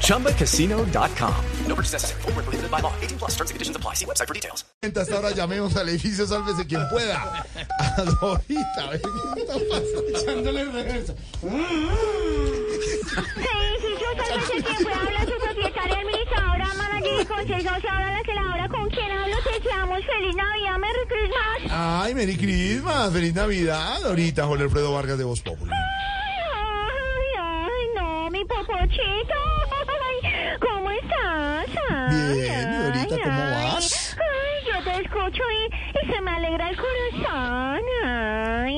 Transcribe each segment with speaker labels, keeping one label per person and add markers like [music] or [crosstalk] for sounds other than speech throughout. Speaker 1: ChumbaCasino.com. No purchase necessary. Void where prohibited by law. 18 plus terms and conditions apply. See website for details.
Speaker 2: Hasta ahora llamemos al edificio Sálvese quien pueda. A Dorita, a ver qué está pasando. Echándole reversa.
Speaker 3: edificio Sálvese quien pueda habla su propietaria, administradora, manager y conservadora, ahora la celadora, con quien hablo, te deseamos feliz Navidad, Merry Christmas.
Speaker 2: Ay, Merry Christmas, feliz Navidad. Dorita, Jorge Alfredo Vargas de Voz Popular.
Speaker 3: Ay, ay, no, mi popochito. Ay, ¿Cómo estás? Ay,
Speaker 2: Bien, ¿y ahorita
Speaker 3: ay,
Speaker 2: cómo
Speaker 3: ay.
Speaker 2: vas?
Speaker 3: Ay, yo te escucho y, y se me alegra el corazón. Ay,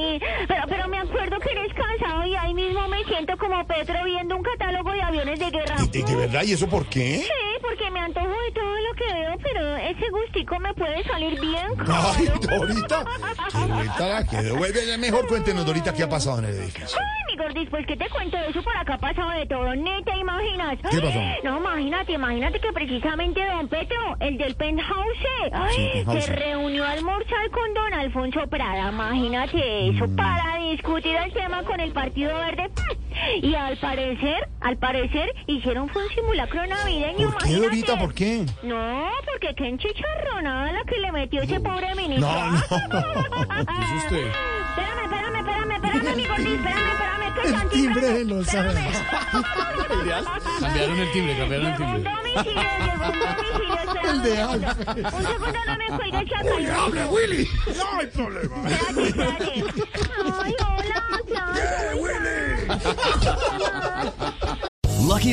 Speaker 3: pero, pero me acuerdo que eres cansado y ahí mismo me siento como Petro viendo un catálogo de aviones de guerra.
Speaker 2: ¿De, Eh, de verdad? ¿Y eso por qué?
Speaker 3: Sí, porque me antojo de todo lo que veo, pero ese gustico me puede salir bien.
Speaker 2: [laughs]
Speaker 3: caro.
Speaker 2: Ay, Dorita. Qué vuelta la que devuelve. Ya Mejor cuéntenos, Dorita, qué ha pasado en el edificio.
Speaker 3: Ay, mi gordis, pues que te cuento de eso, por acá ha pasado de todo, ni te imaginas.
Speaker 2: ¿Qué pasó?
Speaker 3: No, imagínate, imagínate que precisamente don Petro, el del penthouse,
Speaker 2: Sí,
Speaker 3: ay,
Speaker 2: penthouse.
Speaker 3: se reunió a almorzar con don Alfonso Prada, imagínate
Speaker 2: Mm.
Speaker 3: eso, para discutir el tema con el Partido Verde. Y al parecer, al parecer, hicieron fue un simulacro navideño,
Speaker 2: ¿Por qué,
Speaker 3: imagínate.
Speaker 2: Dorita? ¿Por qué?
Speaker 3: No, porque qué enchicharronada la que le metió ese pobre ministro.
Speaker 2: No,
Speaker 3: [laughs]
Speaker 2: no.
Speaker 3: es
Speaker 2: usted?
Speaker 3: Espérame, espérame, espérame, espérame, mi gordis, espérame, espérame, que
Speaker 2: El
Speaker 3: Santi
Speaker 2: timbre
Speaker 3: Bravo,
Speaker 2: de los
Speaker 3: espérame. [laughs]
Speaker 4: Cambiaron el timbre, cambiaron el
Speaker 3: Llegó
Speaker 4: timbre.
Speaker 2: [laughs] El de Alfa.
Speaker 3: un domicilio, llegó un domicilio, espérame un segundo. Un segundo, no me cuelgue el chacal.
Speaker 2: ¡Hable, Willy! ¡No hay problema!
Speaker 3: Espérate, espérate. Ay, hola, Santi.
Speaker 5: Lucky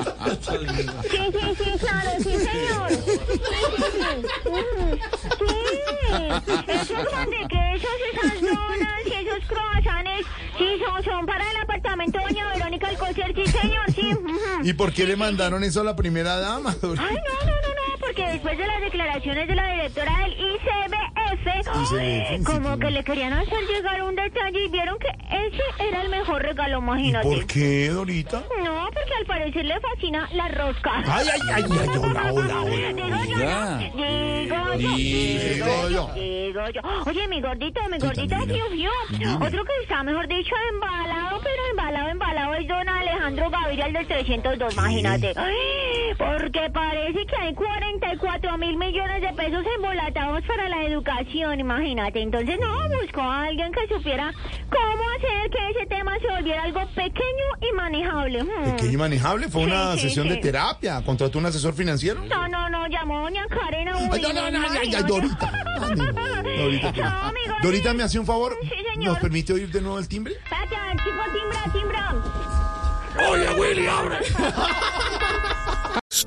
Speaker 3: Sí, sí, sí, claro, sí, señor. Sí, sí. Esos pan de quesos, esas donas y esos croissants, sí, son, son para el apartamento de Doña Verónica Alcocer, sí, señor, sí. ujú.
Speaker 2: ¿Y por qué le mandaron eso a la primera dama, Dorita?
Speaker 3: Ay, no, no, no, no, porque después de las declaraciones de la directora del ICBF,
Speaker 2: ICBF, sí,
Speaker 3: como
Speaker 2: claro.
Speaker 3: que le querían hacer llegar un detalle y vieron que ese era el mejor regalo,
Speaker 2: ¿Y
Speaker 3: imagínate.
Speaker 2: por qué, Dorita?
Speaker 3: No, porque al parecer le fascina la rosca.
Speaker 2: Ay, ay, ay, ay, hola, hola, hola.
Speaker 3: Digo
Speaker 4: Oiga.
Speaker 3: yo,
Speaker 2: Digo
Speaker 3: ¿no? Digo yo, digo
Speaker 2: yo.
Speaker 3: yo, digo yo. Oye, mi gordito, mi gordito,
Speaker 2: Vitamina.
Speaker 3: fiu, fiu. Otro que está, mejor dicho, embalado, pero embalado, embalado es don Alejandro Gaviria, el del 302, imagínate. Ay, Porque parece que hay 44 mil millones de pesos embolatados para la educación, imagínate. Entonces, no, buscó a alguien que supiera cómo hacer que ese tema se volviera algo pequeño y manejable. Hmm.
Speaker 2: Qué inmanejable, fue una
Speaker 3: Sí, sí,
Speaker 2: sesión de
Speaker 3: sí.
Speaker 2: terapia. Contrató un asesor financiero.
Speaker 3: No, no, no, llamó doña Karen a
Speaker 2: Ay, no, no, no, no, ya, Dorita. Ay, no,
Speaker 3: [laughs]
Speaker 2: Dorita, ¿qué?
Speaker 3: Chao, amigo.
Speaker 2: Dorita, ¿me hace un favor?
Speaker 3: Sí, señor.
Speaker 2: ¿Nos permite oír de nuevo el timbre?
Speaker 3: Espérate, a ver, chico, timbra, timbra.